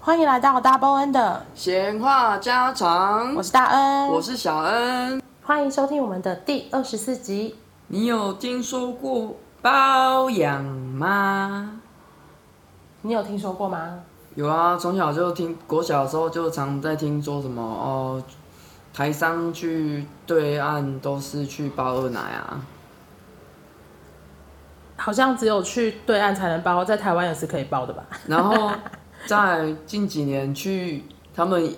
欢迎来到大波恩的，闲话家常，我是大恩，嗯我是小恩。欢迎收听我们的第二十四集。你有听说过包养吗？你有听说过吗？有啊，从小就听，国小的时候就常在听说什么哦，台商去对岸都是去包二奶啊。好像只有去对岸才能包，在台湾也是可以包的吧？然后在近几年去，他们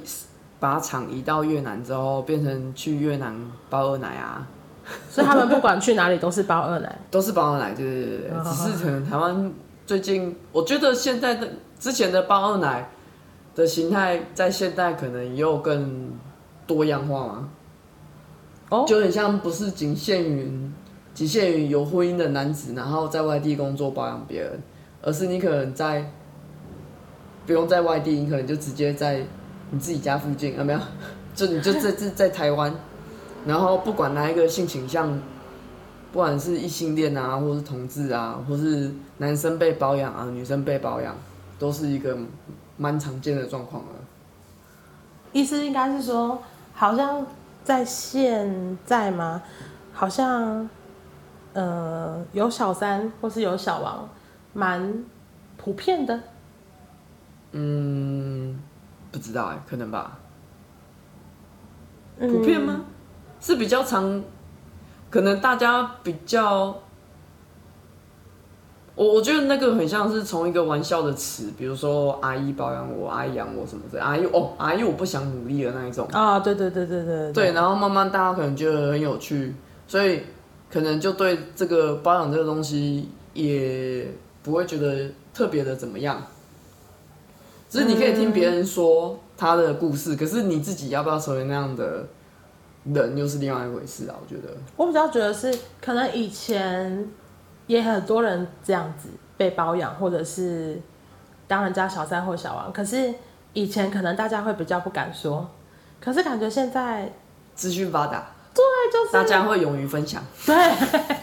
把厂移到越南之后，变成去越南包二奶啊，所以他们不管去哪里都是包二 奶。都是包二奶，对对对对对。只是可能台湾最近，我觉得现在的之前的包二奶的形态，在现代可能又更多样化嘛，哦，就很像不是仅限于仅限于有婚姻的男子，然后在外地工作包养别人，而是你可能在不用在外地，你可能就直接在你自己家附近，有没有？ 就你就在在在台湾，然后不管哪一个性倾向，不管是异性恋啊，或是同志啊，或是男生被包养啊，女生被包养，都是一个蛮常见的状况了。意思应该是说，好像在现在吗？好像，呃，有小三或是有小王，蛮普遍的。嗯，不知道哎、可能吧。普遍吗？是比较常，可能大家比较，我我觉得那个很像是从一个玩笑的词，比如说阿姨包养我，阿姨养我什么之类，阿姨哦，阿姨我不想努力的那一种。啊、对对对对对对，然后慢慢大家可能觉得很有趣，所以可能就对这个包养这个东西也不会觉得特别的怎么样。只是你可以听别人说他的故事，可是你自己要不要成为那样的人，又是另外一回事啊。我觉得，我比较觉得是，可能以前也很多人这样子被包养，或者是当人家小三或小王。可是以前可能大家会比较不敢说，可是感觉现在 资讯发达，对，啊就是大家会勇于分享。对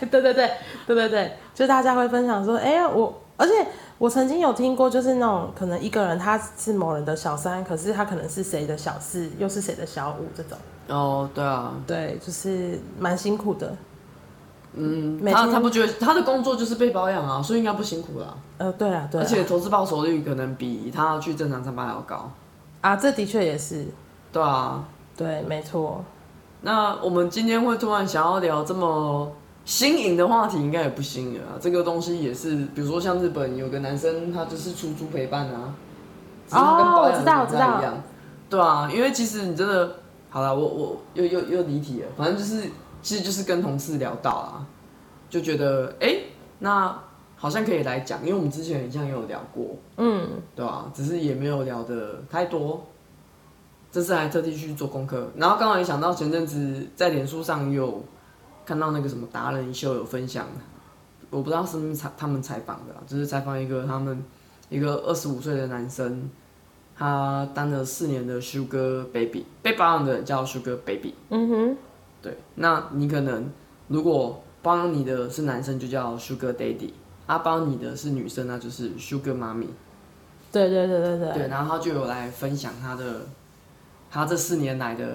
对对对对对对，就大家会分享说，哎、我，而且我曾经有听过，就是那种可能一个人他是某人的小三，可是他可能是谁的小四，又是谁的小五这种，哦，对啊，对，就是蛮辛苦的。嗯，每他天他不觉得他的工作就是被包养啊，所以应该不辛苦啦。呃，对啊，对而啊，且投资报酬率可能比他去正常上班还要高。啊，这的确也是，对啊，对，没错。那我们今天会突然想要聊这么新颖的话题，应该也不新颖啊。这个东西也是，比如说像日本有个男生，他就是出租陪伴啊，只是他跟包养的哦我不知道太一样。对啊，因为其实你真的，好了，我我又又又离题了，反正就是，其实就是跟同事聊到啊，就觉得哎、诶那好像可以来讲，因为我们之前好像也有聊过，嗯，对啊，只是也没有聊的太多。这次还特地去做功课，然后刚好也想到前阵子在脸书上有看到那个什么达人秀有分享，我不知道是不是采他们采访的啊，就是采访一个他们一个二十五岁的男生，他当了四年的 Sugar Baby，被保养的人叫 Sugar Baby。嗯哼，对，那你可能如果帮你的是男生就叫 Sugar Daddy，啊帮你的是女生那就是 Sugar Mommy。对对对对对，对，然后他就有来分享他的他这四年来的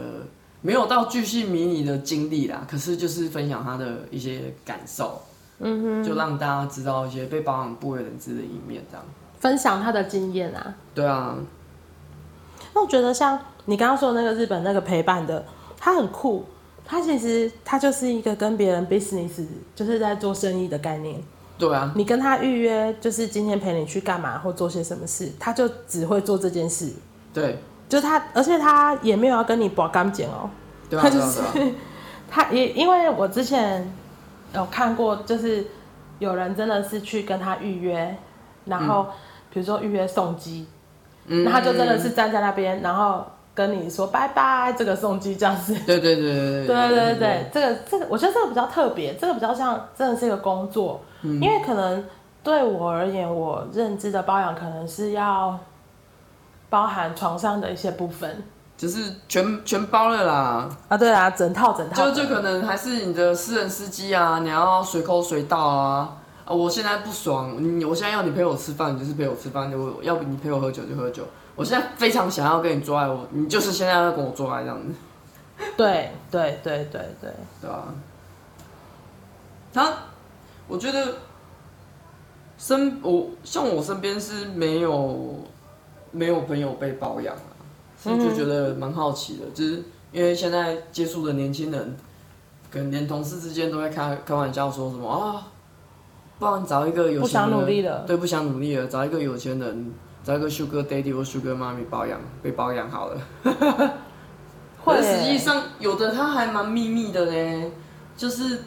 没有到巨细迷你的经历啦，可是就是分享他的一些感受，嗯哼，就让大家知道一些被包养不为人知的一面，这样。分享他的经验啊。对啊，那我觉得像你刚刚说的那个日本那个陪伴的，他很酷，他其实他就是一个跟别人 business，就是在做生意的概念。对啊，你跟他预约，就是今天陪你去干嘛或做些什么事，他就只会做这件事。对，就他，而且他也没有要跟你保干净哦，对啊，他就对啊，是对啊，他也因为我之前有看过，就是有人真的是去跟他预约，然后比如说预约送机，嗯那他就真的是站在那边，然后跟你说拜拜，这个送机这样子。 对对对对对对对对对，这个这个，我觉得这个比较特别，这个比较像真的是一个工作，因为可能对我而言，我认知的包养可能是要包含床上的一些部分只是全全包了啦，啊，对啊，整套整套就的，就可能还是你的私人司机啊，你要随口随到啊。啊，我现在不爽，你我现在要你陪我吃饭，你就是陪我吃饭；我要不你陪我喝酒就喝酒，我现在非常想要跟你做爱，我你就是现在要跟我做爱这样子，对对对对对，对吧、啊？他，我觉得身我像我身边是没有没有朋友被包养啊，所以嗯就觉得蛮好奇的，就是因为现在接触的年轻人，可能连同事之间都会开开玩笑说什么啊，不然找一个有不钱想人努力了，对，不想努力了，找一个有钱人，找一个 Sugar Daddy 或 Sugar Mommy 包养，被包养好了。会可是实欸际上有的他还蛮秘密的呢，就是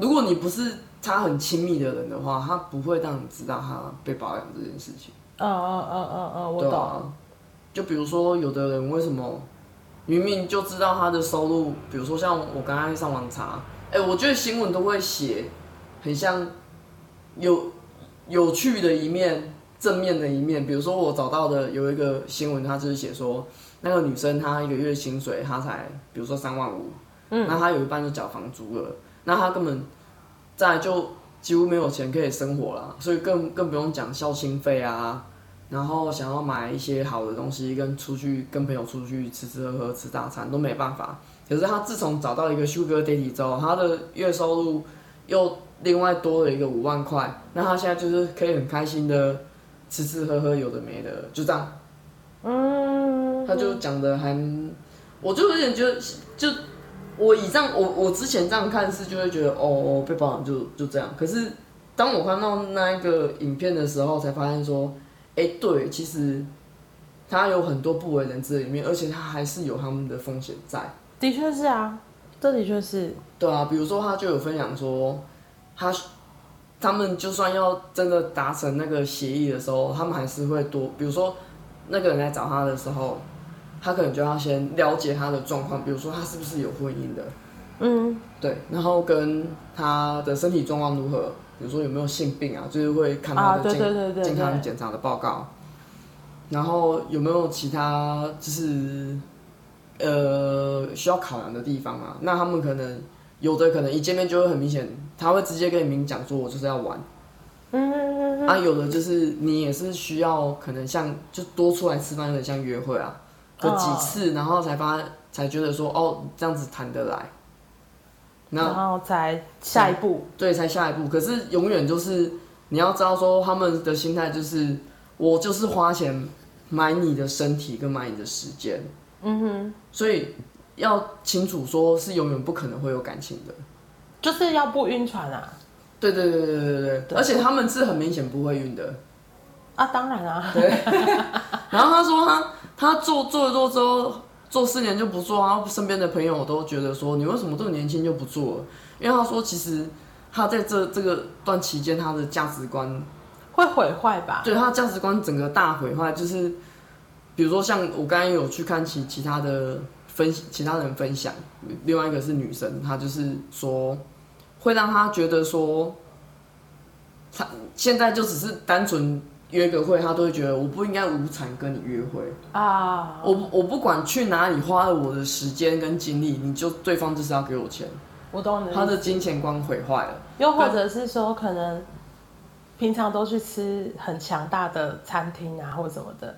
如果你不是他很亲密的人的话，他不会让你知道他被包养这件事情。嗯嗯嗯嗯嗯，我对懂。啊。就比如说，有的人为什么明明就知道他的收入，比如说像我刚刚上网查，哎、我觉得新闻都会写，很像有有趣的一面、正面的一面。比如说我找到的有一个新闻，它就是写说那个女生她一个月薪水她才，比如说三万五，嗯，那她有一半就缴房租了，那她根本再来就几乎没有钱可以生活啦，所以更更不用讲孝心费啊，然后想要买一些好的东西，跟出去跟朋友出去吃吃喝喝吃大餐都没办法。可是他自从找到一个 Sugar Daddy 之后，他的月收入又另外多了一个五万块，那他现在就是可以很开心的吃吃喝喝，有的没的，就这样。嗯，他就讲的还，我就有点觉得，就我以上我我之前这样看是就会觉得哦被包养就就这样，可是当我看到那一个影片的时候，才发现说。哎、对，其实他有很多不为人知的一面，而且他还是有他们的风险在。的确是啊，这的确是，对啊，比如说他就有分享说，他他们就算要真的达成那个协议的时候，他们还是会多，比如说那个人来找他的时候，他可能就要先了解他的状况，比如说他是不是有婚姻的，嗯，对，然后跟他的身体状况如何，比如说有没有性病啊，就是会看他啊，的对健对对对健康对，检查的报告，然后有没有其他就是呃需要考量的地方啊？那他们可能有的可能一见面就会很明显，他会直接跟你明讲说，我就是要玩。嗯，啊，有的就是你也是需要可能像就多出来吃饭，有点像约会啊，的几哦次，然后才发才觉得说哦这样子谈得来，那然后才下一步，对，才下一步。可是永远就是你要知道说他们的心态就是，我就是花钱买你的身体跟买你的时间，嗯哼，所以要清楚说是永远不可能会有感情的。就是要不晕船啊，对对对对对对对，而且他们是很明显不会晕的。啊，当然啊，然后他说他他做做一做之后。做四年就不做啊，他身边的朋友都觉得说你为什么这么年轻就不做了？因为他说其实他在这这个段期间他的价值观会毁坏吧，对他价值观整个大毁坏，就是比如说像我刚刚有去看其其他的分其他人分享，另外一个是女生，她就是说会让她觉得说，她现在就只是单纯约个会，她都会觉得我不应该无偿跟你约会，啊，我不我不管去哪里花了我的时间跟精力，你就对方就是要给我钱，哦我懂你他的意的思，金钱观毁坏了。又或者是说可能平常都去吃很强大的餐厅啊，或什么的，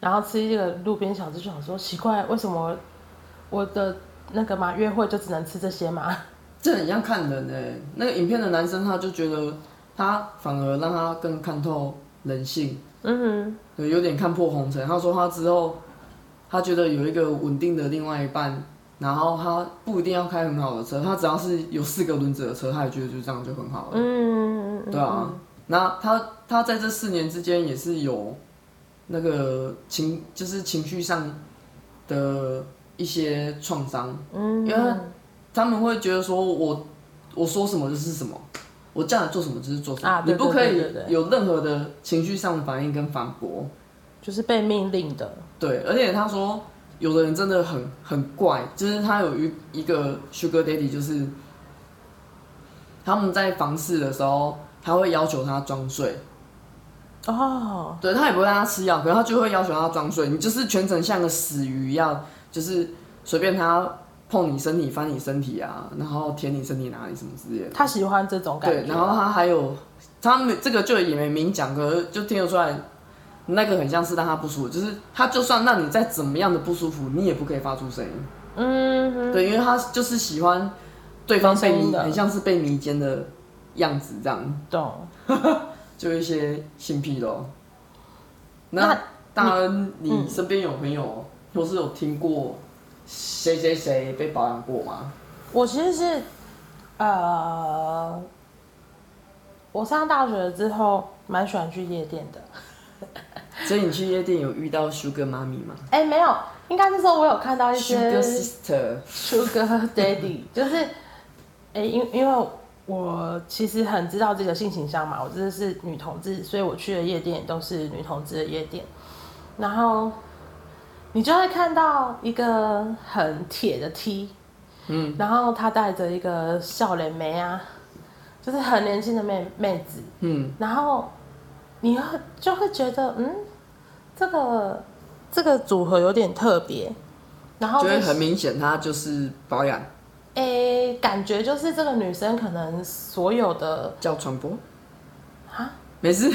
然后吃一个路边小吃，就想说奇怪，为什么我的那个嘛约会就只能吃这些嘛？这很像看人哎、那个影片的男生他就觉得他反而让他更看透人性，嗯对有点看破红尘。他说他之后，他觉得有一个稳定的另外一半，然后他不一定要开很好的车，他只要是有四个轮子的车，他也觉得就这样就很好哼，了。嗯，嗯对啊，那他他在这四年之间也是有那个情，就是情绪上的一些创伤，嗯，因为他们会觉得说我我说什么就是什么，我叫你做什么就是做什么，啊对你不可以对对对对有任何的情绪上的反应跟反驳。就是被命令的，对，而且他说有的人真的很很怪，就是他有一一个 Sugar Daddy，就是他们在房事的时候，他会要求他装睡，哦，对他也不会让他吃药，可是他就会要求他装睡，你就是全程像个死鱼一样，就是随便他碰你身体、翻你身体啊，然后舔你身体、哪里什么之类的。他喜欢这种感觉。对，然后他还有，他们这个就也没明讲，可是就听得出来，那个很像是让他不舒服，就是他就算让你再怎么样的不舒服，你也不可以发出声音。嗯哼，对，因为他就是喜欢对方被没声音迷，的很像是被迷奸的样子，这样懂。就一些性癖咯。那那大恩，你身边有朋友或是有听过谁谁谁被保养过吗？我其实是，呃，我上大学之后蛮喜欢去夜店的。所以你去夜店有遇到 Sugar 妈咪吗哎、没有，应该是说我有看到一些？Sugar Sister， Sugar Daddy，就是， 哎、因因为我其实很知道自己的性倾向嘛，我真的是女同志，所以我去的夜店也都是女同志的夜店，然后你就会看到一个很铁的 T，嗯，然后她带着一个笑脸妹啊，就是很年轻的妹妹子，嗯，然后你会就会觉得，嗯，这个这个组合有点特别，然后就会是很明显，他就是保养诶、感觉就是这个女生可能所有的叫传播啊，没事，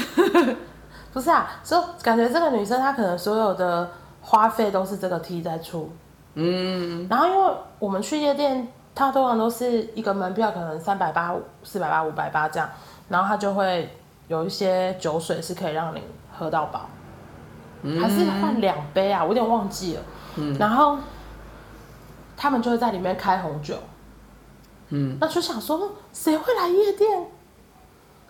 不是啊，就感觉这个女生她可能所有的花费都是这个 T 在出。嗯，然后因为我们去夜店，她通常都是一个门票可能三百八、四百八、五百八这样，然后她就会有一些酒水是可以让你喝到饱，嗯还是换两杯啊，我有点忘记了。然后他们就会在里面开红酒。嗯，那就想说，谁会来夜店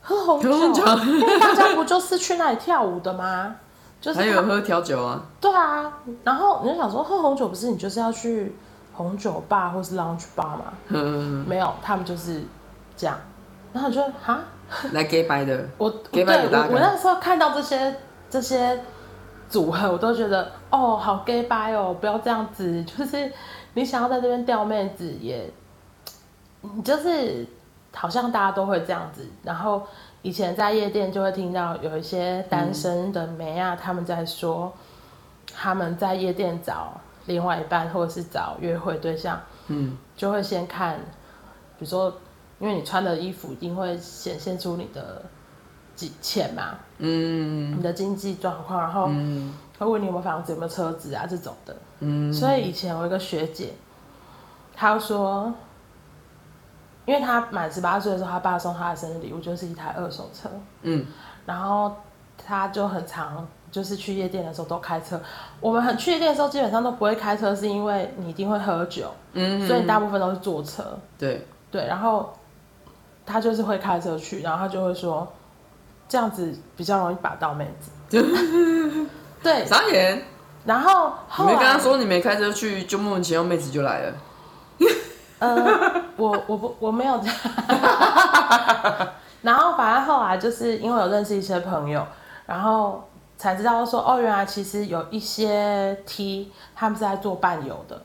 喝红酒？喝红酒因为大家不就是去那里跳舞的吗？就是还有他喝调酒啊，对啊，然后你就想说，喝红酒不是你就是要去红酒吧或是 lounge bar 吗？嗯，没有，他们就是这样。然后我就哈，来 gay 白的，我给对白给大家我我看那时候看到这些这些组合，我都觉得哦，好 gay 拜哦，不要这样子，就是你想要在这边钓妹子也，你就是好像大家都会这样子。然后以前在夜店就会听到有一些单嗯身的妹啊，他们在说他们在夜店找另外一半或者是找约会对象，嗯，就会先看，比如说，因为你穿的衣服一定会显现出你的几钱嘛，嗯你的经济状况，然后嗯会问你有没有房子、有没有车子啊这种的。嗯，所以以前我一个学姐，她说，因为她满十八岁的时候，她爸送她的生日礼物就是一台二手车，嗯，然后她就很常就是去夜店的时候都开车。我们很去夜店的时候基本上都不会开车，是因为你一定会喝酒，嗯，所以大部分都是坐车。对，对，然后他就是会开车去，然后他就会说，这样子比较容易把到妹子。 对，傻眼，然后你后没来跟他说你没开车去，就莫名其妙妹子就来了，呃，我我不我没有这样， 然后反正后来就是因为有认识一些朋友，然后才知道说哦，原来其实有一些 T 他们是在做伴游的。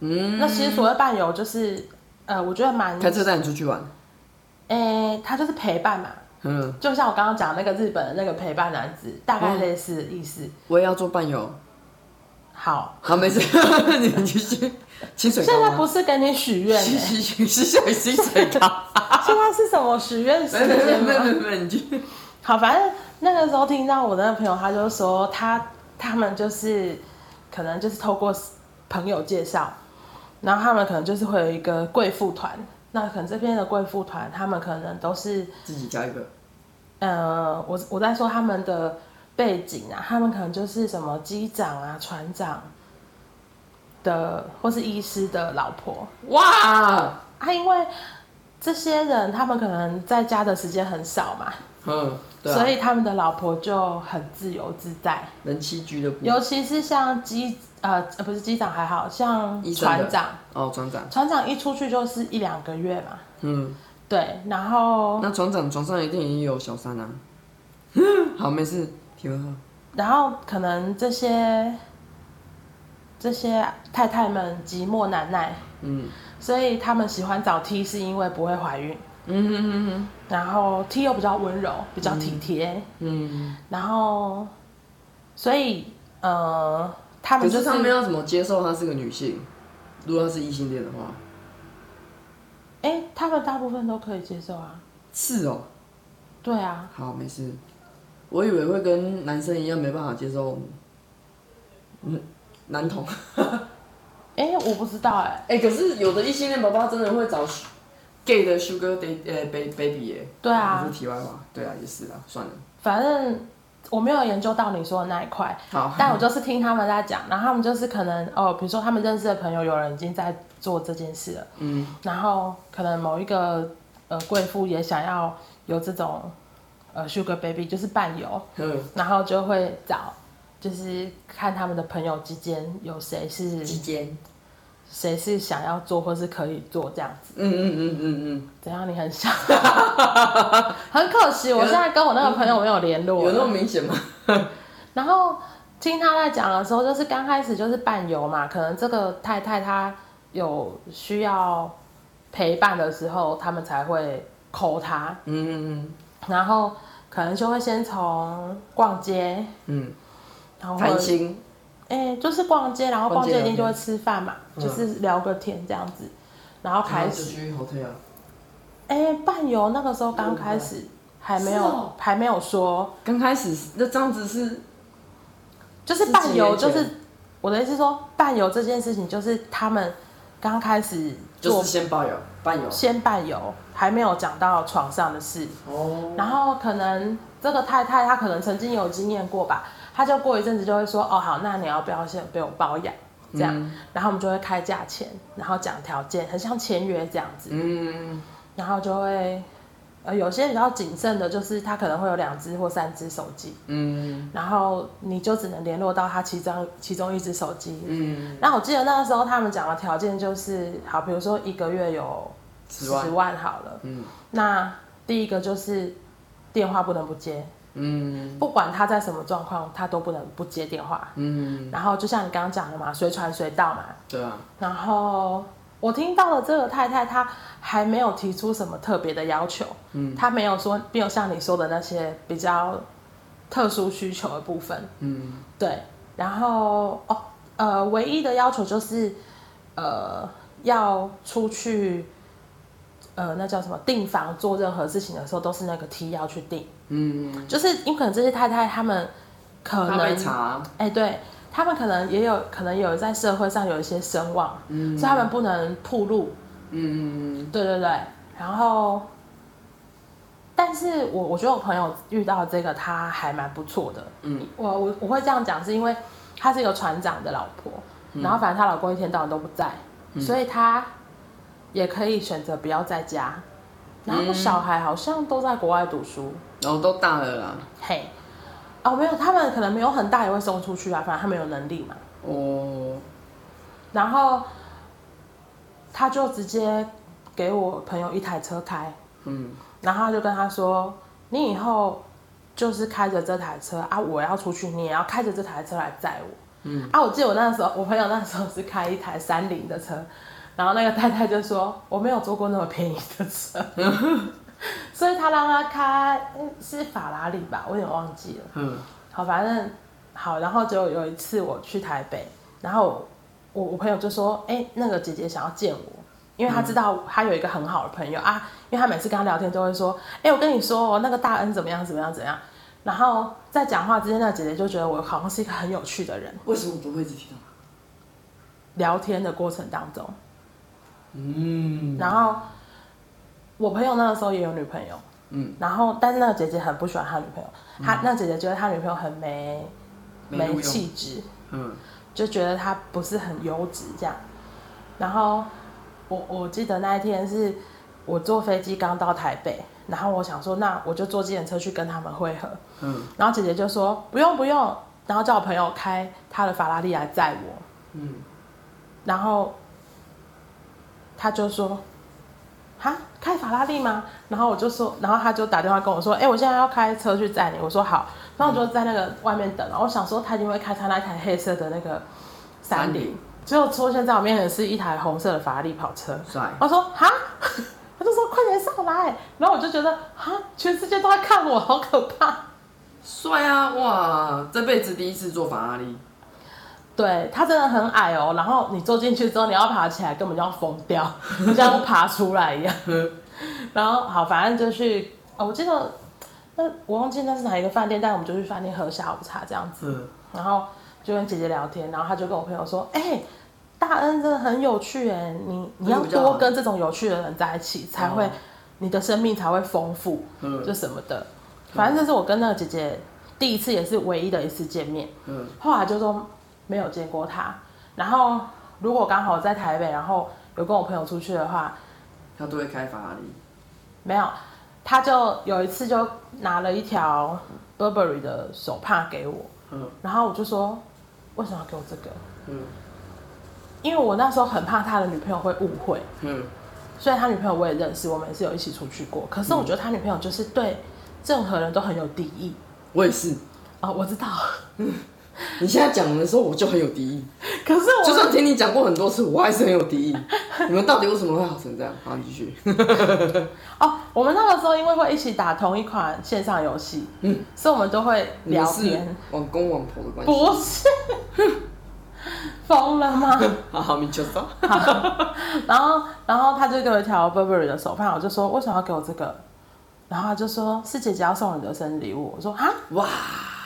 嗯，那其实所谓伴游就是呃，我觉得蛮开车带你出去玩，诶，他就是陪伴嘛，嗯，就像我刚刚讲那个日本的那个陪伴男子，大概类似的意思。我也要做伴游，好，好，没事，你继续，清水现高在吗？不是跟你许愿、嗯啊 是欸，是是是小清水高，现在是什么许愿时没没间没没吗？没没，你继续，好，反正那个时候听到我那个朋友，他就说他他们就是可能就是透过朋友介绍，然后他们可能就是会有一个贵妇团，那可能这边的贵妇团，他们可能都是自己加一个，呃，我我在说他们的背景啊，他们可能就是什么机长啊、船长的，或是医师的老婆哇，啊，因为这些人他们可能在家的时间很少嘛，嗯，对啊所以他们的老婆就很自由自在，人妻俱乐部，尤其是像机呃呃不是机长还好像医生的船长，哦，船长，船长一出去就是一两个月嘛，嗯，对，然后那船长床上一定也有小三啊， 好，没事，挺好，然后可能这些这些太太们寂寞难耐，嗯所以他们喜欢找 T 是因为不会怀孕，嗯哼哼哼然后 T 又比较温柔，比较体贴，嗯，然后所以呃，他可们就是他们要怎么接受她是个女性？如果她是异性恋的话，哎，他们大部分都可以接受啊，是哦，对啊，好，没事，我以为会跟男生一样没办法接受，嗯，男同。 哎、我不知道哎、哎、可是有的异性恋宝宝真的会找 su- gay 的 sugar da- 呃 ba- baby 耶、对啊这，是题外话，对啊，也是啊，算了。反正我没有研究到你说的那一 块，好，但我就是听他们在讲，然后他们就是可能哦，比如说他们认识的朋友有人已经在做这件事了，嗯，然后可能某一个呃贵妇也想要有这种呃 sugar baby，就是伴游，呵，然后就会找，就是看他们的朋友之间有谁是间，谁是想要做或是可以做这样子。嗯嗯嗯嗯怎样？你很 想？很可惜，我现在跟我那个朋友没有联嗯，络有那了。么明显吗？然后听他在讲的时候，就是刚开始就是伴游嘛，可能这个太太她有需要陪伴的时候，他们才会抠她，嗯嗯然后可能就会先从逛街，嗯然后嗯，或者谈心，哎、就是逛街，然后逛逛街街一定就聊会吃饭嘛，嗯就是聊个天这样子，然后开然后就始，去 hotel，哎、伴游那个时候刚开始，还没有、是哦还没有说，刚开始是那这样子是就是伴游，十就几年前是我的意思是说，伴游这件事情就是他们刚开始就做是先伴游，伴游，先伴游，还没有讲到床上的事，哦，然后可能这个太太她可能曾经有经验过吧，她就过一阵子就会说，哦好，那你要不要先被我包养？这样，嗯然后我们就会开价钱，然后讲条件，很像签约这样子，嗯，然后就会，呃，有些比较谨慎的，就是他可能会有两只或三只手机，嗯然后你就只能联络到他其中其中一只手机。嗯，那我记得那时候他们讲的条件就是，好，比如说一个月有十十万，万好了，嗯那第一个就是电话不能不接，嗯不管他在什么状况，他都不能不接电话。嗯，然后就像你刚刚讲的嘛，随传随到嘛。对啊，然后我听到了这个太太，她还没有提出什么特别的要求，嗯她没有说没有像你说的那些比较特殊需求的部分，嗯对。然后哦，呃，唯一的要求就是，呃，要出去，呃，那叫什么订房做任何事情的时候，都是那个 T 要去订，嗯，就是因为可能这些太太她们可咖能啡茶，哎、对他们可能也有可能有在社会上有一些声望，嗯所以他们不能铺路。嗯嗯对对对，然后，但是我我觉得我朋友遇到这个他还蛮不错的。嗯我我我会这样讲，是因为她是一个船长的老婆，嗯然后反正她老公一天到晚都不在，所以她也可以选择不要在家。然嗯后小孩好像都在国外读书，然后都大了啦，嘿，哦没有，他们可能没有很大也会送出去啊，反正他们有能力嘛。哦，然后他就直接给我朋友一台车开，嗯然后他就跟他说：“你以后就是开着这台车啊，我要出去，你也要开着这台车来载我。”嗯，啊，我记得我那时候，我朋友那时候是开一台三菱的车，然后那个太太就说：“我没有坐过那么便宜的车。”所以他让他开嗯是法拉利吧，我有点忘记了。嗯好，反正好，然后就有一次我去台北，然后我我朋友就说，哎、那个姐姐想要见我，因为嗯她知道她有一个很好的朋友、啊，因为她每次跟她聊天都会说，哎、我跟你说哦，那个大恩怎么样怎么样怎么样，然后在讲话之间，那个姐姐就觉得我好像是一个很有趣的人，为什么我都会一直提到？聊天的过程当中，嗯然后我朋友那个时候也有女朋友，嗯，然后但是那个姐姐很不喜欢她女朋友，她、那姐姐觉得她女朋友很没没录用气质，嗯就觉得他不是很优质这样。然后我我记得那一天是我坐飞机刚到台北，然后我想说那我就坐计程车去跟他们会合，嗯然后姐姐就说不用不用，然后叫我朋友开他的法拉利来载我，嗯，然后他就说。哈，开法拉利吗？然后我就说，然后他就打电话跟我说，哎、我现在要开车去载你。我说好，然后我就在那个外面等。然后我想说，他一定会开他那台黑色的那个三菱，结果出现在我面前的是一台红色的法拉利跑车。帅，我说哈， 他就说快点上来，然后我就觉得哈，全世界都在看我，好可怕。帅啊！哇，这辈子第一次坐法拉利，对，它真的很矮哦，然后你坐进去之后，你要爬起来根本就要疯掉， 就像爬出来一样。然后好，反正就去，哦我记得那我忘记那是哪一个饭店，但我们就去饭店喝下午茶这样子。嗯，然后就跟姐姐聊天，然后她就跟我朋友说：“哎、大恩真的很有趣哎，你你要那就比较好多跟这种有趣的人在一起，才会、哦你的生命才会丰富，嗯就什么的。反正这是我跟那个姐姐第一次，也是唯一的一次见面。嗯，后来就说没有见过她。然后如果刚好在台北，然后有跟我朋友出去的话，他都会开法拉利，没有，她就有一次就拿了一条 Burberry 的手帕给我，嗯然后我就说为什么要给我这个？嗯因为我那时候很怕他的女朋友会误会，嗯，虽然他女朋友我也认识，我们也是有一起出去过，可是我觉得他女朋友就是对任何人都很有敌意我也是。啊、我知道， 你现在讲的时候，我就很有敌意。可是我就算听你讲过很多次，我还是很有 敌意。你们到底为什么会好成这样？好，你继续。哦，我们那个时候因为会一起打同一款线上游戏，嗯，所以我们都会你聊们是天，网公网婆的关系。不是 疯了吗？ 好好，你就说。然后，然后他就给我一条 Burberry 的手帕，我就说为什么要给我这个？然后他就说是姐姐要送你的生日礼物，我说哈，哇，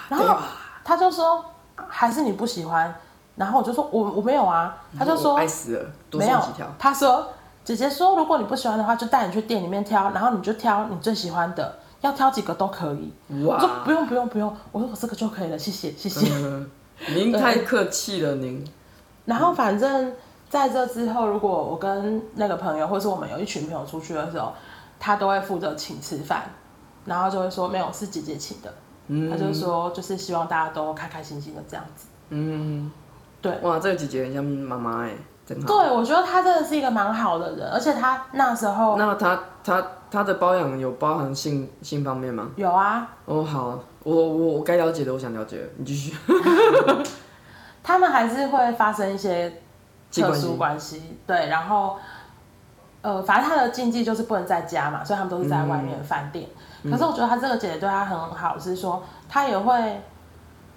然对后吧他就说还是你不喜欢，然后我就说我我没有啊，他就我说爱死了，多没送有几条，。他说姐姐说如果你不喜欢的话，就带你去店里面挑，然后你就挑你最喜欢的，要挑几个都可以。我说哇不，用不用不用，我说我这个就可以了，谢谢谢谢。嗯 您太客气了，您。然后反正在这之后，如果我跟那个朋友，或是我们有一群朋友出去的时候，他都会负责请吃饭，然后就会说没有是姐姐请的，他就说就是希望大家都开开心心的这样子。嗯，对哇，这个姐姐很像妈妈哎，真对好。，我觉得他真的是一个蛮好的人，而且他那时候那她她她的包养有包含性性方面吗？有啊，哦，好，我我我该了解的，我想了解了，你继续。他们还是会发生一些性特关系殊关系，对，然后呃，反正他的禁忌就是不能在家嘛，所以他们都是在外面饭店。嗯可是我觉得他这个姐姐对他很好，是说她也会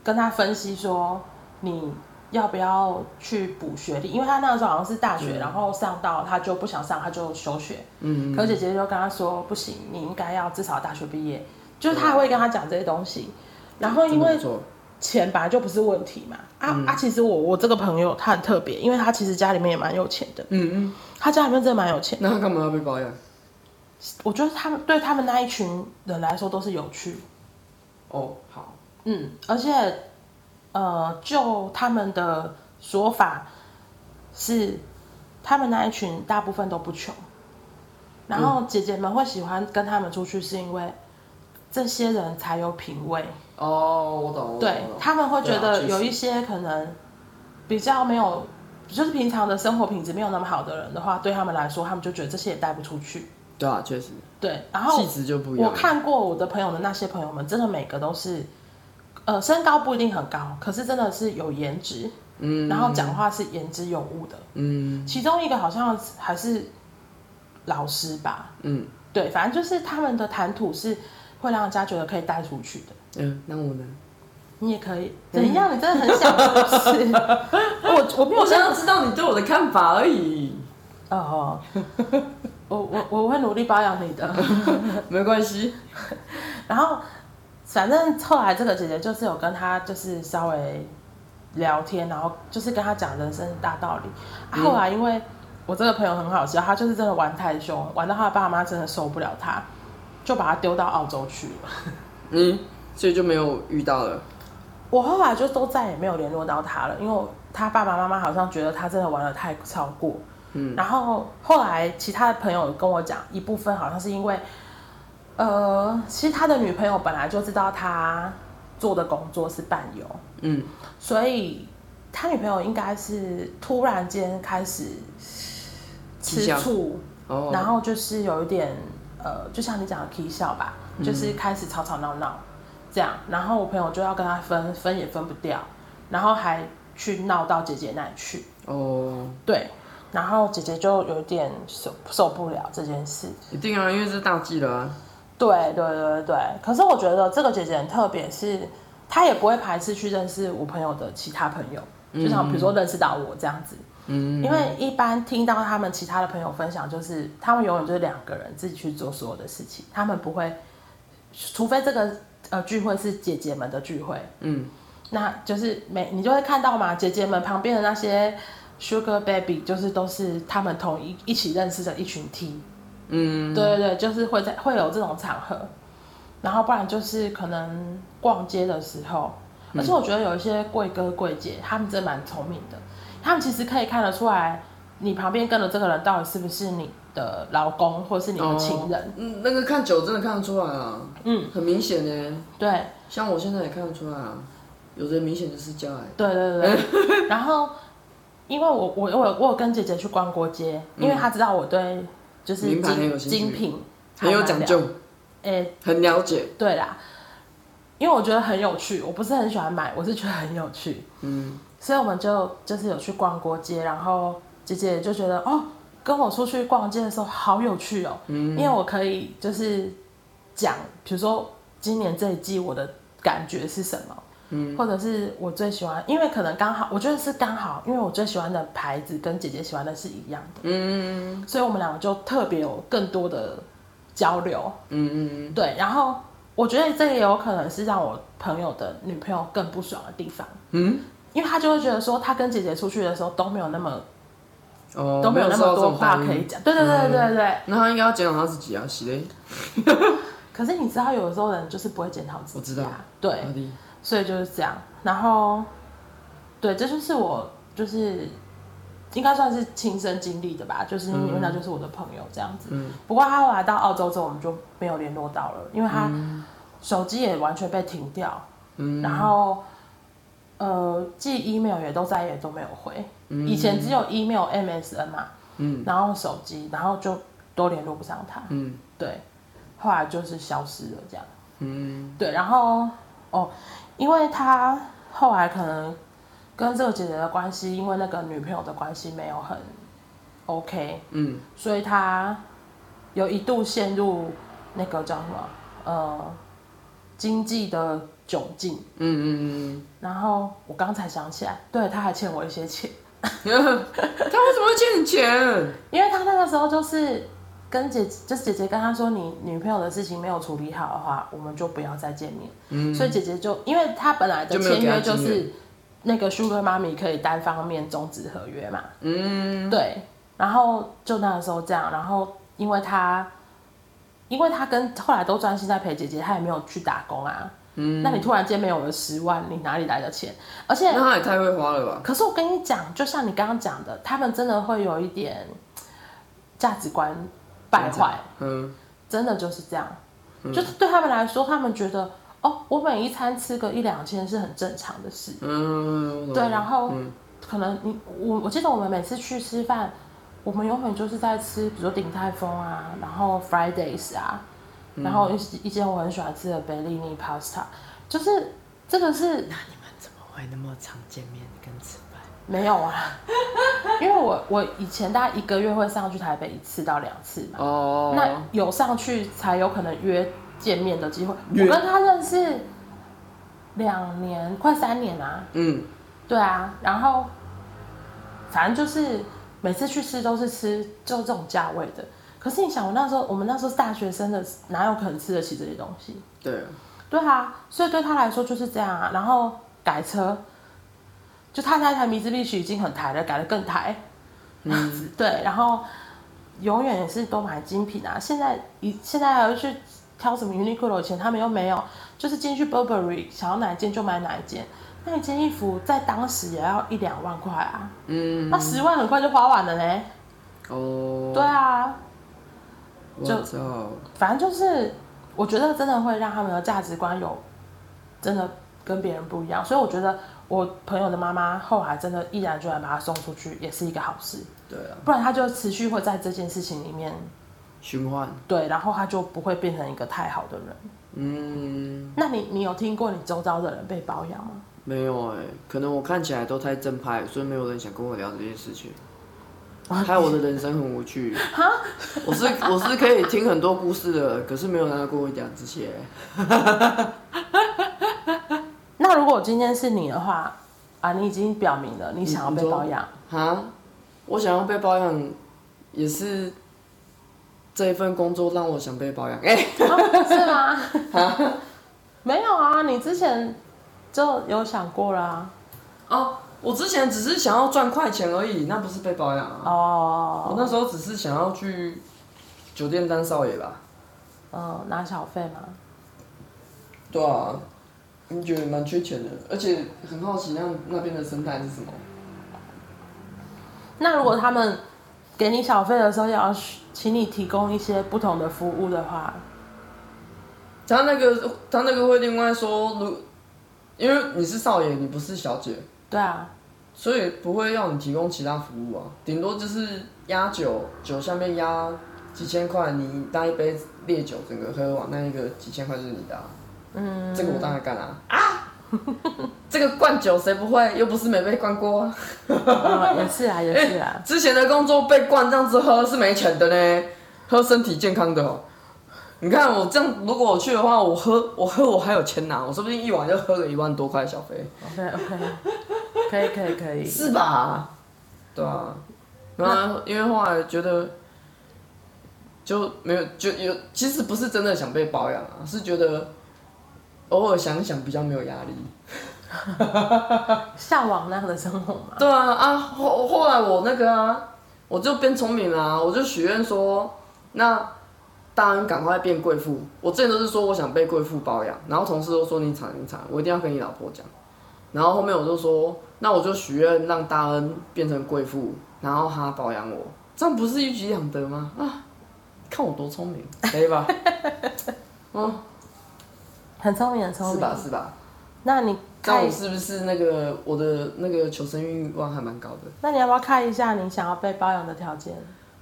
跟他分析说你要不要去补学历，因为他那个时候好像是大学，嗯然后上到他就不想上，他就休学。嗯，可是姐姐就跟他说不行，你应该要至少大学毕业，就是他还会跟他讲这些东西。然后因真的为不错，钱本来就不是问题嘛。啊、啊！其实我我这个朋友他很特别，因为他其实家里面也蛮有钱的，嗯嗯，他家里面真的蛮有钱。那她干嘛要被包养？我觉得他们对他们那一群人来说都是有趣，哦，好，嗯，而且呃，就他们的说法是，他们那一群大部分都不穷，然后姐姐们会喜欢跟他们出去，是因为这些人才有品味。哦，我懂，我懂对我懂他们会觉对啊得确实有一些可能比较没有，就是平常的生活品质没有那么好的人的话，对他们来说，他们就觉得这些也带不出去。对啊，确实，对，然后气质就不一样。我，看过我的朋友的那些朋友们，真的每个都是，呃，身高不一定很高，可是真的是有颜值，嗯，然后讲话是言之有物的。嗯其中一个好像还是老师吧，嗯对，反正就是他们的谈吐是会让人家觉得可以带出去的。嗯，那我呢？你也可以，怎嗯样？你真的很想是不是？我我没有我想想要知道你对我的看法而已，哦， 我我我会努力包养你的。 没关系。然后，反正后来这个姐姐就是有跟她就是稍微聊天，然后就是跟她讲人生的大道理。啊、后来因为我这个朋友很好笑，她就是真的玩太凶，玩到她的爸妈真的受不了她，就把她丢到澳洲去了。嗯，所以就没有遇到了。我后来就都再也没有联络到他了，因为他爸爸妈妈好像觉得他真的玩的太超过。嗯，然后后来其他的朋友跟我讲，一部分好像是因为，呃，其实他的女朋友本来就知道他做的工作是伴游，嗯，所以他女朋友应该是突然间开始吃吃香醋，哦，然后就是有一点呃，就像你讲的 K 笑吧，就是开始吵吵闹闹这样，然后我朋友就要跟他分，分也分不掉，然后还去闹到姐姐那里去，哦，对，然后姐姐就有一点受受不了这件事，一定啊，因为这是大忌了啊。对对对对，可是我觉得这个姐姐很特别，是她也不会排斥去认识我朋友的其他朋友，就像比如说认识到我这样子。嗯因为一般听到他们其他的朋友分享，就是他们永远就是两个人自己去做所有的事情，他们不会除非这个呃聚会是姐姐们的聚会，嗯，那就是每你就会看到嘛，姐姐们旁边的那些 Sugar Baby 就是都是他们同一一起认识的一群 T，嗯，对对对，就是会在会有这种场合，然后不然就是可能逛街的时候，而且我觉得有一些贵哥贵姐他们真的蛮聪明的，他们其实可以看得出来你旁边跟的这个人到底是不是你的老公或是你的情人，嗯，那个看久真的看得出来啊，嗯，很明显呢。对。像我现在也看得出来啊，有的明显就是家哎癌。对对对 对，然后因为我我我有我有跟姐姐去逛过街，因为她知道我对就是名牌很精有兴趣精品很有还蛮讲了究，哎、很了解。对啦，因为我觉得很有趣，我不是很喜欢买，我是觉得很有趣，嗯，所以我们就就是有去逛过街，然后姐姐就觉得哦，跟我出去逛街的时候好有趣哦，嗯因为我可以就是讲，比如说今年这一季我的感觉是什么，嗯或者是我最喜欢，因为可能刚好，我觉得是刚好，因为我最喜欢的牌子跟姐姐喜欢的是一样的，嗯，所以我们两个就特别有更多的交流，嗯嗯对，然后我觉得这也有可能是让我朋友的女朋友更不爽的地方，嗯，因为她就会觉得说，她跟姐姐出去的时候都没有那么、哦，都没有那么收到这多种话反可以应。嗯讲，对对对对对对。那他应该要检讨他自己啊，是嘞，可是你知道，有的时候人就是不会检讨自我知己、道啊，对，阿弟，所以就是这样。然后，对，这就是我就是应该算是亲身经历的吧，就是因为那就是我的朋友这样子。嗯不过他后来到澳洲之后，我们就没有联络到了，因为他手机也完全被停掉，嗯然后呃，寄 email 也都再也都没有回。以前只有 email、MSN 嘛，嗯然后手机，然后就都联络不上他。嗯对，后来就是消失了这样。嗯对，然后哦，因为他后来可能跟这个姐姐的关系，因为那个女朋友的关系没有很 OK，嗯，所以他有一度陷入那个叫什么呃经济的窘境。嗯嗯然后我刚才想起来，对，他还欠我一些钱，嗯，嗯他为什么会欠你钱？因为他那个时候就是。跟姐就是姐姐跟他说，你女朋友的事情没有处理好的话，我们就不要再见面。嗯，所以姐姐就因为她本来的就没有签给她约就金是那个 Sugar 妈咪可以单方面终止合约嘛，嗯对，然后就那个时候这样，然后因为她，因为她跟后来都专心在陪姐姐，她也没有去打工啊，嗯，那你突然间没有了十万，你哪里来的钱？而且那他也太会花了吧？可是我跟你讲，就像你刚刚讲的，他们真的会有一点价值观败坏，嗯真的嗯就是这样，就是对他们来说，他们觉得哦，我每一餐吃个一两千是很正常的事。嗯，我懂对，然后、嗯可能你我我记得我们每次去吃饭，我们永远就是在吃，比如说鼎泰丰啊，然后 Fridays 啊，然后一一间我很喜欢吃的 b e l l i n i Pasta，就是这个是你们怎么会那么常见面跟吃饭？没有啊， 因为我我以前大概一个月会上去台北一次到两次嘛，哦，那有上去才有可能约见面的机会。约我跟他认识两年，快三年啊，嗯对啊，然后反正就是每次去吃都是吃就这种价位的。可是你想，我那时候我们那时候是大学生的，哪有可能吃得起这些东西？对，对啊，所以对他来说就是这样啊。然后改车，就他那台 Mitsubishi 已经很台了，改得更台。嗯， 对，然后永远也是都买精品啊。现在一现在还会去挑什么 Uniqlo，以前他们又没有，就是进去 Burberry 想要哪一件就买哪一件。那一件衣服在当时也要一两万块啊，嗯那十万很快就花完了嘞。哦，对啊，我就操，反正就是，我觉得真的会让他们的价值观有真的跟别人不一样，所以我觉得我朋友的妈妈后来真的毅然决然把他送出去，也是一个好事，对啊，不然他就持续会在这件事情里面循环，对，然后他就不会变成一个太好的人。嗯，那你你有听过你周遭的人被包养吗？没有哎、可能我看起来都太正派，所以没有人想跟我聊这件事情。害我的人生很无趣。我是我是可以听很多故事的，可是没有人要跟我讲这些。那如果今天是你的话，啊，你已经表明了你想要你被说包养，哈，我想要被包养，也是这一份工作让我想被包养。哎、啊是吗？没有啊，你之前就有想过啦、哦，我之前只是想要赚快钱而已，那不是被包养啊。我哦，那时候只是想要去酒店当少爷吧。嗯，拿小费嘛，对啊，你觉得蛮缺钱的，而且很好奇那那边的生态是什么。那如果他们给你小费的时候，也要请你提供一些不同的服务的话，他那个他那个会另外说，如因为你是少爷，你不是小姐，对啊，所以不会要你提供其他服务啊，顶多就是压酒，酒下面压几千块，你搭一杯烈酒，整个喝完那一个几千块就是你的、啊。嗯，这个我当然干啊啊！ 这个灌酒谁不会？又不是没被灌过啊。嗯也是啊，也是啊，之前的工作被灌这样子喝是没钱的呢，喝身体健康的哦。你看我这样，如果我去的话，我喝我喝我还有钱拿，我说不定一晚就喝个一万多块小费， OK OK，可以可以可以，是吧？对啊，然后因为后来觉得就没有就有，其实不是真的想被包养啊，是觉得偶尔想一想比较没有压力。向往那样的生活嘛。对啊啊，后后来我那个啊，我就变聪明了、啊，我就许愿说，那大恩赶快变贵妇。我之前都是说我想被贵妇包养，然后同事都说你惨你惨，我一定要跟你老婆讲。然后后面我就说，那我就许愿让大恩变成贵妇，然后他包养我，这样不是一举两得吗？啊，看我多聪明，可以 吧？很聪明，很聪是明。吧？是吧？那你那看我，是不是那个我的那个求生欲望还蛮高的？那你要不要看一下你想要被包养的条件？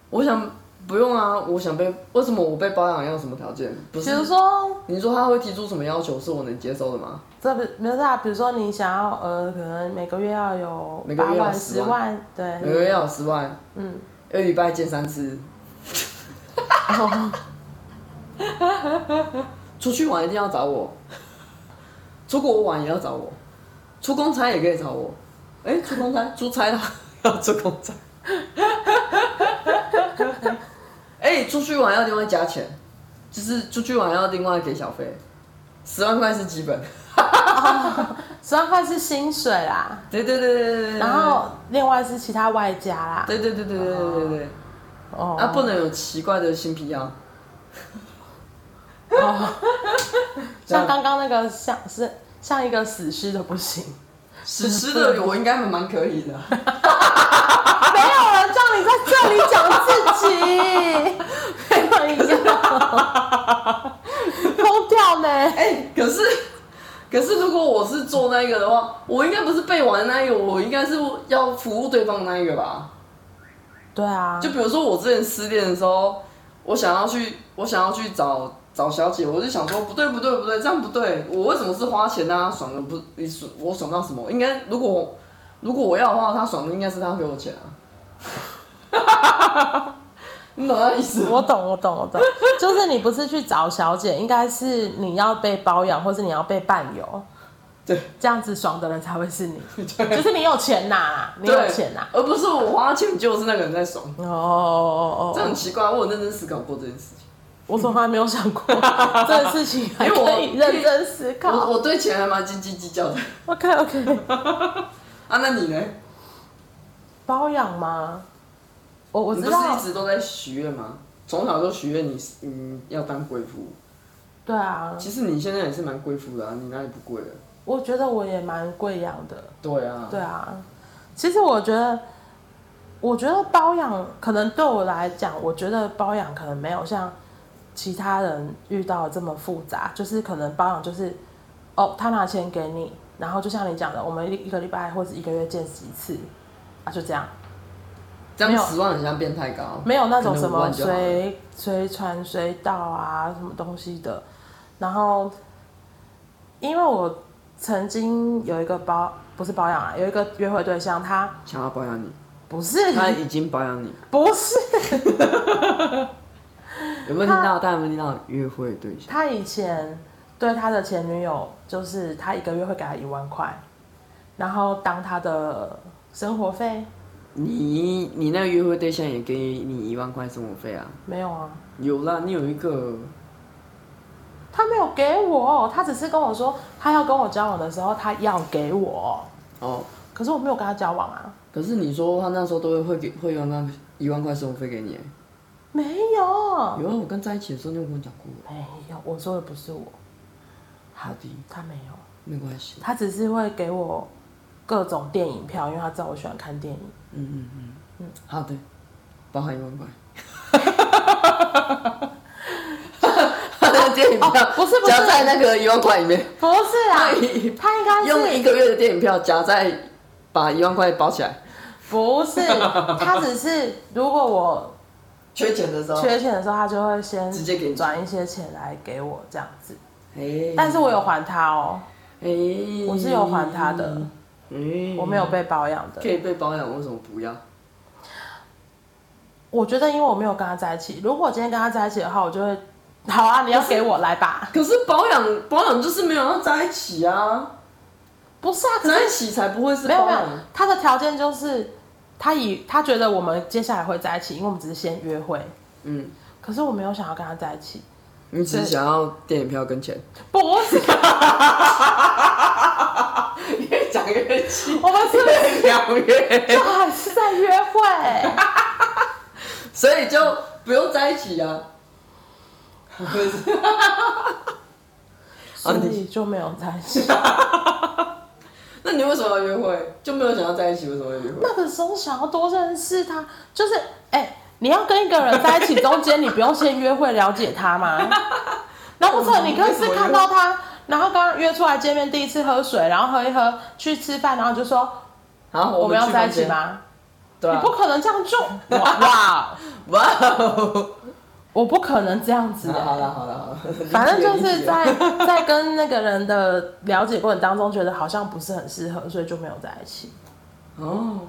我想不用啊，我想被为什么我被包养要什么条件？不比是如说，你说他会提出什么要求是我能接受的吗？这不没有啊，比如说你想要呃，可能每个月要有每个八月要万、 10十万万，对，每个月要有十万，嗯，一个礼拜见三次。出去玩一定要找我，出国玩也要找我，出公差也可以找我。哎、出公差，出差啦，要出公差。哎、出去玩要另外加钱，就是出去玩要另外给小费，十万块是基本。十万块是薪水啊啦，对对对对对对。对然后另外是其他外加啦。嗯对对对对对对对对，哦，啊，不能有奇怪的新 癖哦好。像刚刚那个像是像一个死尸的不行。史诗的我应该蛮可以 的，啊啊没有人叫你在这里 讲自己，没有人要，疯掉呢。哎、可是可是如果我是做那个的话，我应该不是被玩的那一个，我应该是要服务对方的那一个吧？对啊，就比如说我之前失恋的时候，我想要去我想要去找找小姐，我就想说不对不对不对，这样不对，我为什么是花钱让她爽的不？你爽我爽到什么？应该如果如果我要的话，她爽的应该是她给我钱啊。 你懂那意思吗？我懂，我懂，我懂，就是你不是去找小姐，应该是你要被包养，或是你要被伴游，对，这样子爽的人才会是 你，就是你有钱拿啦，你有对，钱啊拿。而不是我花钱就是那个人在爽，哦哦哦这哦，很奇怪。我有认真思考过这件事情，我从来没有想过这件事情，还因为我可以认真思我考。我对钱还蛮斤斤计较的 OK OK，啊。那你呢？包养吗？我我你知不是道一，直都在许愿吗？从小就许愿你你要当贵妇，对啊，其实你现在也是蛮贵妇的啊，你哪里不贵了？我觉得我也蛮贵养的。对啊，对啊，其实我觉得，我觉得包养可能对我来讲，我觉得包养可能没有像其他人遇到的这么复杂，就是可能包养就是哦，他拿钱给你，然后就像你讲的，我们一一个礼拜或者一个月见几次啊，就这样，这样没有十万好像变太高，没有那种什可能五么万就好了随随传随到啊，什么东西的。然后，因为我曾经有一个包，不是包养啊，有一个约会对象，他想要包养你，不是 他已经包养你，不是，有没有听到？大家有没有听到约会对象？他以前对他的前女友，就是他一个月会给他一万块，然后当他的生活费。你你那个约会对象也给你一万块生活费啊？没有啊，有啦，你有一个，他没有给我，他只是跟我说他要跟我交往的时候，他要给我，哦，可是我没有跟他交往啊，可是你说他那时候都会会给会有那一万块生活费给你耶，没有，有啊，我跟在一起的时候你有跟我讲过，没有，我说的不是我，好的，他没有，没关系，他只是会给我各种电影票，因为他知道我喜欢看电影。嗯嗯嗯，好的，包含一万块。他的电影票、 哦不是不是夹在那个一万块里面，不是啊，他应该用是一个月的电影票夹在把一万块包起来。不是，他只是如果我缺钱的时候，缺钱的时候，他就会先直接给你转一些钱来给我这样子。哎但是我有还他哦，哎，我是有还他的，哎，我没有被包养的可。以被包养，为什么不要？我觉得因为我没有跟他在一起，如果我今天跟他在一起的话，我就会好啊，你要给我来吧。可是包养包养就是没有要在一起啊，不是啊，可在是一起才不会是没有包没有养。，他的条件就是他以他觉得我们接下来会在一起，因为我们只是先约会。嗯，可是我没有想要跟他在一起，你只是想要电影票跟钱，不是， 越讲越 气，我们是越讲越。就还是在约会。 所以就不用在一起啊。 所以就没有在一起。那你为什么要约会？就没有想要在一起，为什么要约会？那个时候想要多认识他，就是哎、你要跟一个人在一起，中间你不用先约会了解他吗？难不成你可以是看到他，然后刚刚约出来见面，第一次喝水，然后喝一喝，去吃饭，然后就说好，我们要哦去在一起房间？吗？对你啊不。可能这样做，哇哇， 哇 哦！我不可能这样子、好的。了好了好了好了，反 正就理是解了在 在跟那个人的了解过程当中，觉得好像不是很适合，所以就没有在一起。哦，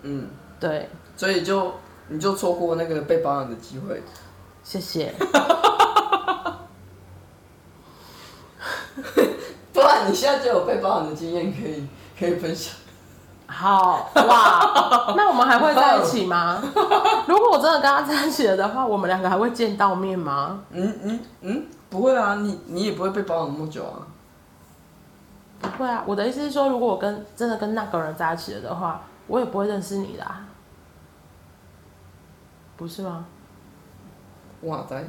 嗯，对，所以就你就错过那个被包养的机会。谢谢。不然你现在就有被包养的经验可以可以分享。好哇，那我们还会在一起吗？如果我真的跟他在一起了的话，我们两个还会见到面吗？嗯嗯嗯，不会啊，你你也不会被包养那么久啊。不会啊，我的意思是说，如果我跟真的跟那个人在一起了的话，我也不会认识你啦，不是吗？哇塞，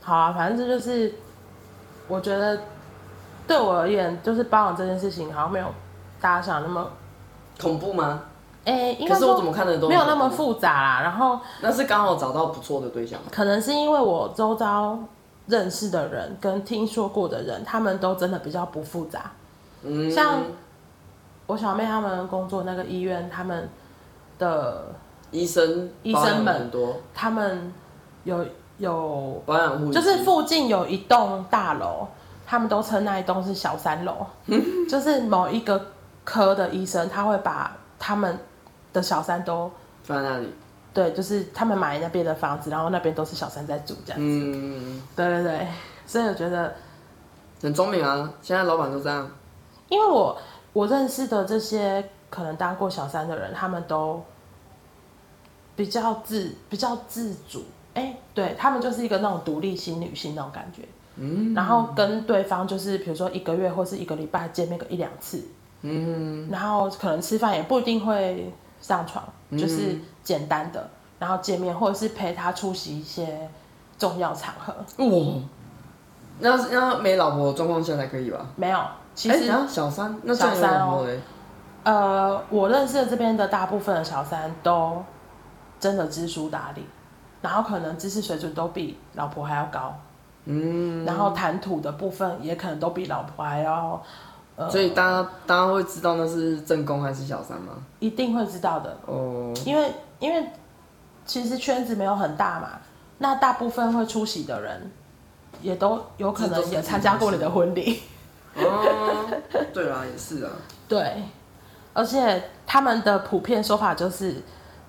好啊，反正这就是我觉得对我而言，就是包养这件事情好像没有大家想那么，恐怖吗？哎、应可该是我说怎么看的都没有那么很恐怖，复杂啦。然后那是刚好找到不错的对象。可能是因为我周遭认识的人跟听说过的人，他们都真的比较不复杂。嗯，像我小妹他们工作那个医院，他们的医生，医生们保养很多，他们有有，保养护理就是附近有一栋大楼，他们都称那一栋是小三楼，就是某一个科的医生，他会把他们的小三都放在那里，对，就是他们买那边的房子，然后那边都是小三在住这样。嗯，对对对，所以我觉得。很聪明啊。现在老板都这样，因为我我认识的这些可能当过小三的人，他们都比较自比较自主，哎、对他们就是一个那种独立型女性那种感觉，嗯，然后跟对方就是比如说一个月或是一个礼拜见面个一两次，嗯，然后可能吃饭也不一定会上床，嗯就是简单的，然后见面或者是陪他出席一些重要场合，哇，那那没老婆的状况下才可以吧？没有，其哎，实、然后小三，那这样有小三哦老婆嘞？呃，我认识的这边的大部分的小三都真的知书达理，然后可能知识水准都比老婆还要高，嗯，然后谈吐的部分也可能都比老婆还要，呃，所以大家大家会知道那是正宫还是小三吗？一定会知道的，哦，因为因为其实圈子没有很大嘛，那大部分会出席的人也都有可这都能是也参加过你的婚礼，哦，对啦，也是啊，对，而且他们的普遍说法就是，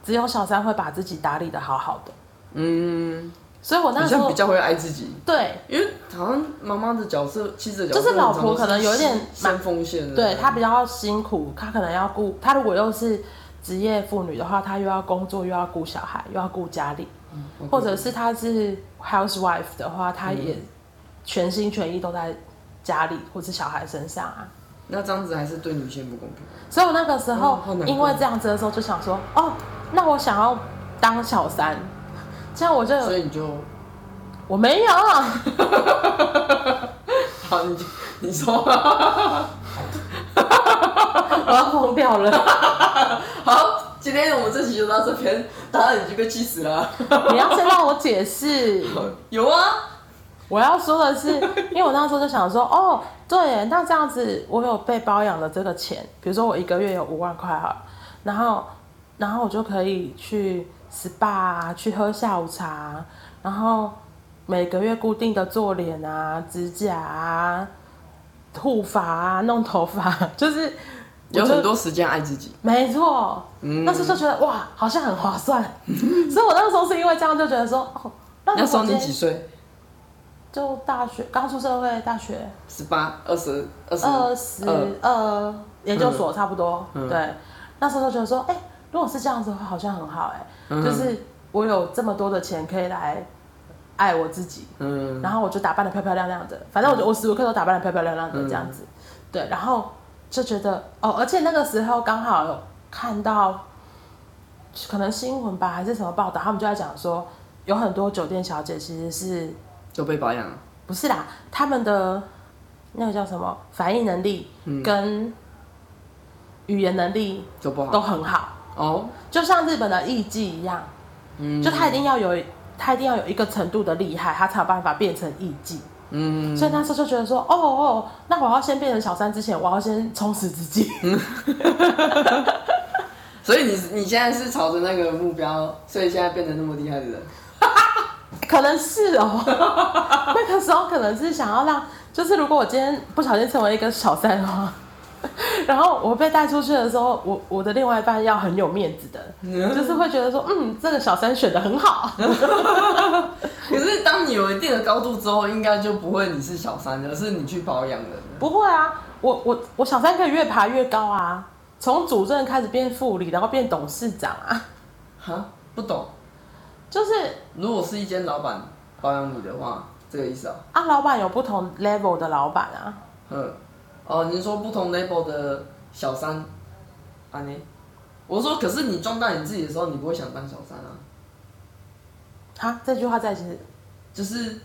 只有小三会把自己打理的好好的。嗯，所以 我那好时像候比较会爱自己，对因为好像妈妈的角色，妻子的角色就是老婆很常都是可能有点先锋线的，对，她比较辛苦，她可能要顾她如果又是职业妇女的话，她又要工作，又要顾小孩，又要顾家里，嗯我或者是她是 housewife 的话，嗯她也全心全意都在家里或者小孩身上啊。那这样子还是对女性不公平。所以我那个时候哦好难过因为这样子的时候，就想说，哦，那我想要当小三，这样我就所以你就，我没 有，好，你就你说我要疯掉了。好，今天我们这期就到这边，答案已经被气死 了。 你要先让我解释。有啊，我要说的 是，因为我那时候就想说，哦，对耶，那这样子我有被包养的这个钱，比如说我一个月有五万块好了，然后，然后我就可以去 SPA 啊，去喝下午茶啊，然后每个月固定的做脸啊、指甲啊、护发啊、 弄头发，就是有我就很多时间爱自己。没错，嗯那时候就觉得哇，好像很划算，所以我那时候是因为这样就觉得说，哦，那如那果时候你今几天岁？就大学刚出社会，大学十八、二十、二十二十二研究所差不多，嗯对，那时候就觉得说，哎、如果是这样子的话，好像很好、哎、嗯就是我有这么多的钱可以来爱我自己，嗯，然后我就打扮的漂漂亮亮的，反正我就无时无刻都打扮的漂漂亮亮的嗯这样子，对，然后就觉得哦，而且那个时候刚好有看到，可能新闻吧还是什么报道，他们就在讲说，有很多酒店小姐其实是就被保养了。不是啦，他们的那个叫什么反应能力嗯跟语言能力就不都好很好，哦，就像日本的艺妓一样，嗯就他一定要有他一定要有一个程度的厉害，他才有办法变成艺妓。嗯，所以那时候就觉得说，哦哦，那我要先变成小三之前，我要先充实自己。所以你你现在是朝着那个目标，所以现在变得那么厉害的人，可能是哦，那个时候可能是想要让，就是如果我今天不小心成为一个小三的话， 然后我被带出去的时候，我我的另外一半要很有面子的，就是会觉得说，嗯，这个小三选的很好，可是当你有一定的高度之后，应该就不会你是小三了，而是你去保养人了。不会啊，我我我小三可以越爬越高啊，从主任开始变副理，然后变董事长啊，哈，不懂。就是如果是一间老板保养你的话，这个意思啊？啊，老板有不同 level 的老板啊，嗯，哦，你是说不同 level 的小三，啊呢？我说，可是你壮大你自己的时候，你不会想当小三啊。哈，这句话在其实就是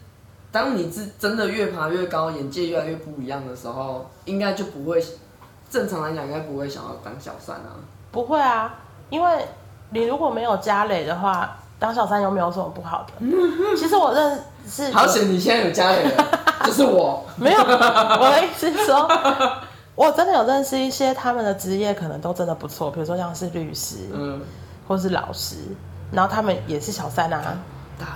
当你自真的越爬越高，眼界越来越不一样的时候，应该就不会，正常来讲应该不会想要当小三啊。不会啊，因为你如果没有家累的话，当小三又没有什么不好的。其实我认识嗯好险你现在有家人了， 就是我。没有，我的意思是说，我真的有认识一些他们的职业可能都真的不错，比如说像是律师嗯，或是老师，然后他们也是小三啊。大恩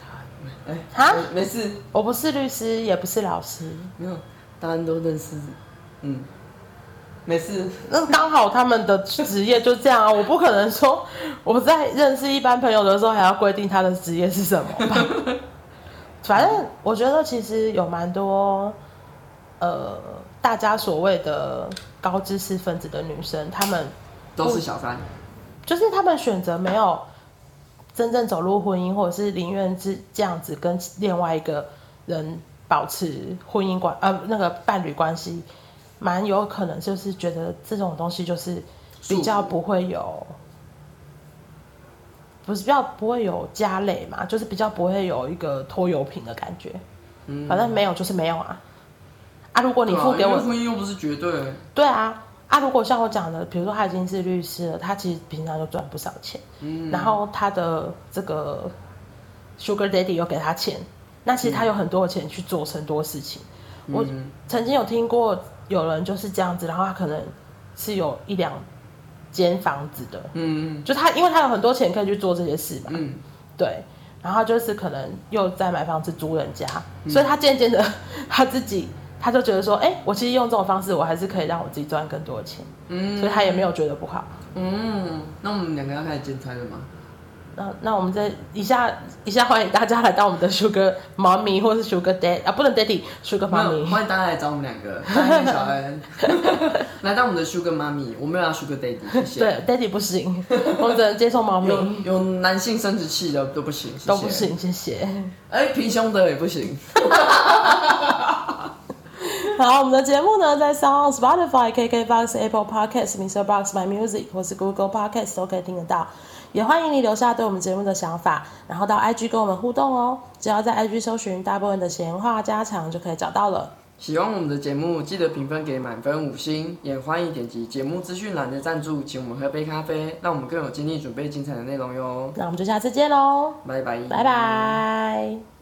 大恩，哎、哈没没事，我不是律师，也不是老师，没有，大恩都认识，嗯，没事。那刚好他们的职业就这样啊。我不可能说我在认识一般朋友的时候还要规定他的职业是什么吧。反正我觉得其实有蛮多，呃，大家所谓的高知识分子的女生，她们都是小三，就是她们选择没有真正走入婚姻，或者是宁愿是这样子跟另外一个人保持婚姻关呃那个伴侣关系，蛮有可能就是觉得这种东西就是比较不会有，不是比较不会有家累嘛，就是比较不会有一个拖油瓶的感觉。嗯反正没有就是没有啊。啊，如果你付给对啊因我为，婚姻又不是绝对，嗯对啊，啊，如果像我讲的，比如说他已经是律师了，他其实平常就赚不少钱，嗯然后他的这个 Sugar Daddy 又给他钱，那其实他有很多的钱去做很多事情。我嗯曾经有听过有人就是这样子，然后他可能是有一两间房子的，嗯就他因为他有很多钱可以去做这些事嘛，嗯，对，然后就是可能又在买房子租人家，所以他渐渐的 他自己他就觉得说，哎、我其实用这种方式，我还是可以让我自己赚更多的钱，嗯所以他也没有觉得不好。嗯，那我们两个要开始兼差了吗？那那我们这以下以下欢迎大家来到我们的 Sugar 妈咪或是 Sugar Dad 啊，不能 Daddy，Sugar 没妈有，咪。欢迎大家来找我们两个，欢迎小 恩，来到我们的 Sugar 妈咪，我没有要 Sugar Daddy，谢谢。对，Daddy 不行，我们只能接 受猫咪，有有男性生殖器的都不行，谢谢都不。行，谢谢。哎、平胸的也不行。好，我们的节目呢，在 Sound、Spotify、KKBox、Apple Podcasts、Mr. Box、My Music 或是 Google Podcasts 都可以听得到。也欢迎你留下对我们节目的想法，然后到 IG 跟我们互动哦。只要在 IG 搜寻“大部分的闲话家常”就可以找到了。喜欢我们的节目，记得评分给满分五星，也欢迎点击节目资讯栏的赞助，请我们喝杯咖啡，让我们更有精力准备精彩的内容哟。那我们就下次见喽，拜拜，拜拜。